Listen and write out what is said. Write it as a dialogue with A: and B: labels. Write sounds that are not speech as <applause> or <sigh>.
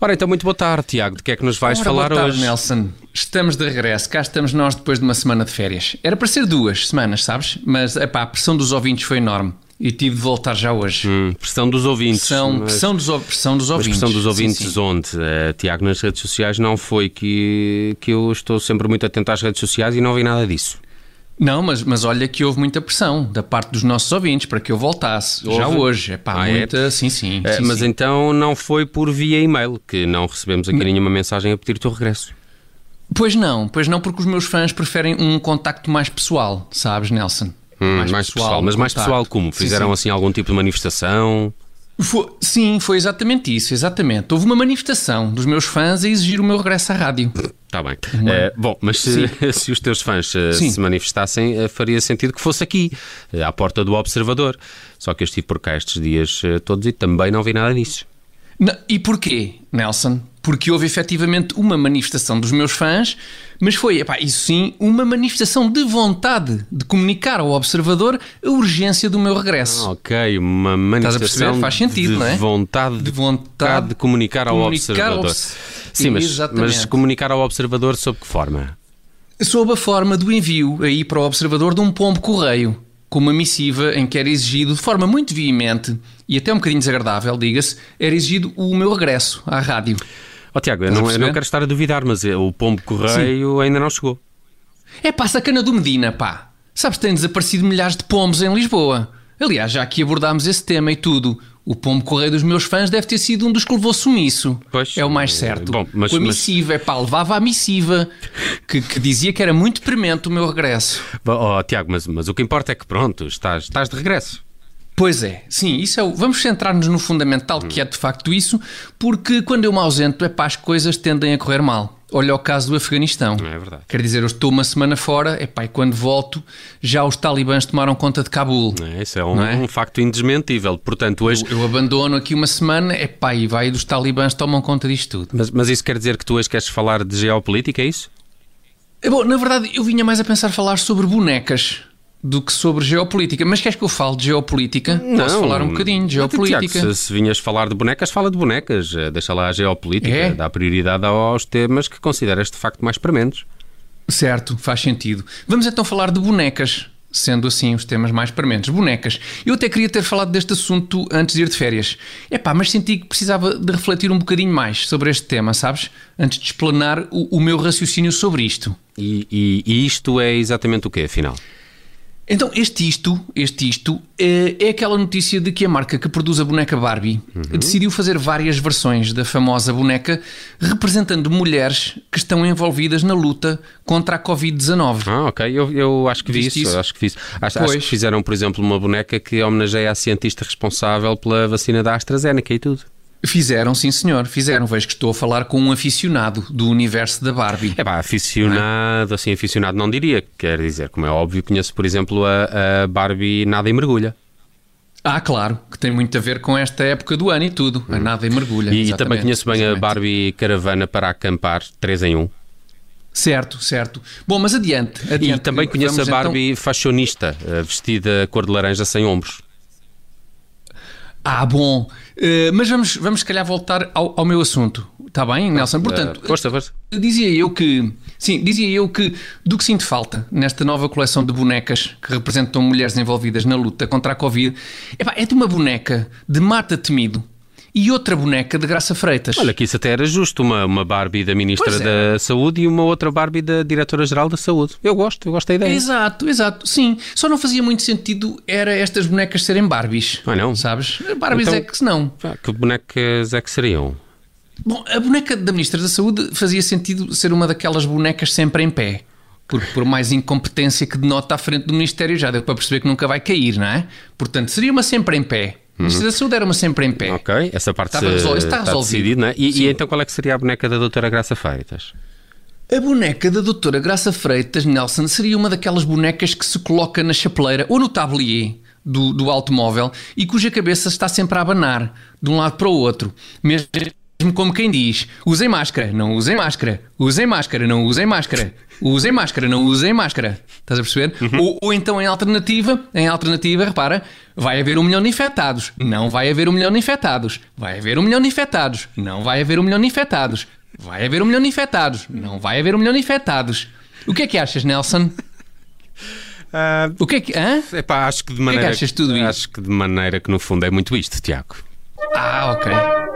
A: Ora, então, muito boa tarde, Tiago. De que é que nos vais
B: Ora,
A: falar
B: boa tarde,
A: hoje?
B: Nelson. Estamos de regresso, cá estamos nós depois de uma semana de férias. Era para ser duas semanas, sabes? Mas epá, a pressão dos ouvintes foi enorme e tive de voltar já hoje.
A: Hum, pressão dos ouvintes.
B: Pressão,
A: mas-
B: pressão, dos, ou- pressão dos
A: mas
B: ouvintes.
A: pressão dos
B: Sim,
A: ouvintes
B: sim.
A: onde, eh, Tiago, nas redes sociais não foi que, que eu estou sempre muito atento às redes sociais e não vi nada disso.
B: Não, mas, mas olha que houve muita pressão da parte dos nossos ouvintes para que eu voltasse já
A: Houve?
B: hoje. Epá,
A: Ah, é?
B: muita, sim, sim.
A: Eh,
B: sim,
A: mas
B: sim.
A: então não foi por via e-mail, que não recebemos aqui nenhuma mensagem a pedir o teu regresso. é-
B: Pois não, pois não, porque os meus fãs preferem um contacto mais pessoal, sabes, Nelson?
A: Hum, Mas mais
B: contacto.
A: pessoal como?
B: Sim,
A: Fizeram
B: sim.
A: assim algum tipo de manifestação?
B: Fo- sim, foi exatamente isso, exatamente. Houve uma manifestação dos meus fãs a exigir o meu regresso à rádio.
A: Está bem. Eh, bom, mas se, <laughs> se os teus fãs eh,
B: Sim.
A: se manifestassem, eh, faria sentido que fosse aqui, eh, à porta do Observador. Só que eu estive por cá estes dias eh, todos e também não vi nada disso.
B: Na- e porquê, Nelson? Porque houve efetivamente uma manifestação dos meus fãs, mas foi, epá, isso sim, uma manifestação de vontade de comunicar ao observador a urgência do meu regresso.
A: Ok, uma
B: a perceber?
A: manifestação
B: Faz sentido,
A: de
B: não é?
A: vontade
B: De
A: de,
B: vontade
A: de comunicar ao
B: comunicar ao
A: Observador.
B: obs-
A: Sim, mas, mas
B: Exatamente.
A: comunicar ao Observador sob que forma?
B: Sob a forma do envio aí para o observador de um pombo correio, com uma missiva em que era exigido, de forma muito veemente e até um bocadinho desagradável, diga-se, era exigido o meu regresso à rádio.
A: Ó Oh, Tiago, eu
B: Estás a
A: não, eu não
B: perceber?
A: quero estar a duvidar, mas eh, o Pombo Correio ainda não chegou.
B: É pá, sacana do Medina, pá. Sabes, têm desaparecido milhares de pombos em Lisboa. Aliás, já aqui abordámos esse tema e tudo. O pombo correio dos meus fãs deve ter sido um dos que levou sumiço.
A: Pois.
B: é o mais
A: Eh,
B: certo.
A: bom, mas-
B: Com a
A: mas-
B: missiva, é pá, levava a missiva, que, que dizia que era muito premente o meu regresso.
A: Ó oh, Tiago, mas, mas o que importa é que pronto, estás, estás de regresso.
B: Pois é, sim, isso é o... Vamos centrar-nos no fundamental, que é de facto isso, porque quando eu me ausento, é pá, as coisas tendem a correr mal. Olha o caso do Afeganistão.
A: É verdade.
B: Quer dizer, eu estou uma semana fora, é pá, e quando volto, já os talibãs tomaram conta de Cabul.
A: Não é? Isso é um,
B: Não é?
A: um facto indesmentível. Portanto, hoje.
B: Eu abandono aqui uma semana, é pá, e vai dos talibãs tomam conta disto tudo.
A: Mas, mas isso quer dizer que tu hoje queres falar de geopolítica, é isso?
B: É Bom, na verdade, eu vinha mais a pensar falar sobre bonecas do que sobre geopolítica. Mas queres que eu fale de geopolítica? Posso falar um bocadinho de
A: Tiago,
B: geopolítica.
A: se, se vinhas falar de bonecas, fala de bonecas. Eh, Deixa lá a geopolítica.
B: É?
A: Dá prioridade aos temas que consideras de facto mais prementes.
B: Certo, faz sentido. Vamos então falar de bonecas, sendo assim os temas mais prementes. Bonecas. Eu até queria ter falado deste assunto antes de ir de férias. Epá, mas senti que precisava de refletir um bocadinho mais sobre este tema, sabes? Antes de explanar o, o meu raciocínio sobre isto.
A: E, e- e isto é exatamente o quê, afinal?
B: Então, este isto, este isto, eh, é aquela notícia de que a marca que produz a boneca Barbie decidiu fazer várias versões da famosa boneca representando mulheres que estão envolvidas na luta contra a Covid-19.
A: Ah, ok, eu, eu acho que vi isso,
B: Viste isso?
A: Acho que vi isso. Acho, acho
B: Pois.
A: que fizeram, por exemplo, uma boneca que homenageia a cientista responsável pela vacina da AstraZeneca e tudo.
B: Fizeram, sim senhor,
A: É.
B: fizeram. Vejo que estou a falar com um aficionado do universo da Barbie.
A: É pá, aficionado, assim, aficionado não diria. Quer dizer, como é óbvio, conheço, por exemplo, a, a Barbie Nada e Mergulha.
B: Ah, claro, que tem muito a ver com esta época do ano e tudo. A nada e mergulha.
A: Hum. E, e
B: exatamente,
A: também conheço bem a
B: exatamente.
A: Barbie Caravana para acampar, 3 em 1.
B: Certo, certo. Bom, mas adiante.
A: E
B: adiante.
A: também conheço
B: Vamos
A: a
B: então-
A: Barbie fashionista, eh, vestida cor de laranja sem ombros.
B: Ah, bom. Eh, mas vamos, vamos, se calhar, voltar ao, ao meu assunto. Está bem, Nelson? Portanto,
A: Eh, força, força.
B: Dizia eu que, sim, dizia eu que do que sinto falta nesta nova coleção de bonecas que representam mulheres envolvidas na luta contra a Covid, epá, é de uma boneca de Marta Temido e outra boneca de Graça Freitas.
A: Olha, que isso até era justo, uma, uma Barbie da Ministra
B: Pois
A: da Saúde e uma outra Barbie da Diretora-Geral da Saúde. Eu gosto, eu gosto da ideia.
B: Exato, exato, sim. Só não fazia muito sentido era estas bonecas serem Barbies.
A: Ah, não?
B: Sabes? Barbies
A: Então-
B: é que se não.
A: Ah, que bonecas é que seriam?
B: Bom, a boneca da Ministra da Saúde fazia sentido ser uma daquelas bonecas sempre em pé. Porque por mais incompetência que denota à frente do Ministério, já deu para perceber que nunca vai cair, não é? Portanto, seria uma sempre em pé. A Ministra da Saúde era uma sempre em pé.
A: Ok, essa parte
B: Estava
A: se-
B: É. resol- está
A: está
B: resolvido.
A: decidido, não é? E- E, então qual é que seria a boneca da Doutora Graça Feitas?
B: A boneca da doutora Graça Freitas Nelson seria uma daquelas bonecas que se coloca na chapeleira ou no tablier do, do automóvel e cuja cabeça está sempre a abanar de um lado para o outro, mesmo Mesmo como quem diz: usem máscara, não usem máscara, usem máscara, não usem máscara, usem máscara, não usem máscara. Estás a perceber? Ou, ou então, em alternativa, em alternativa, repara, vai haver um milhão de infectados, não vai haver um milhão de infectados, vai haver um milhão de infectados, não vai haver um milhão de infectados, vai haver um milhão de infectados, não vai haver um milhão de infectados. O que é que achas, Nelson?
A: Ah,
B: O que é que. Hã?
A: epá, acho que de maneira.
B: achas de tudo isto?
A: Acho que de maneira que no fundo é muito isto, Tiago.
B: Ah, ok.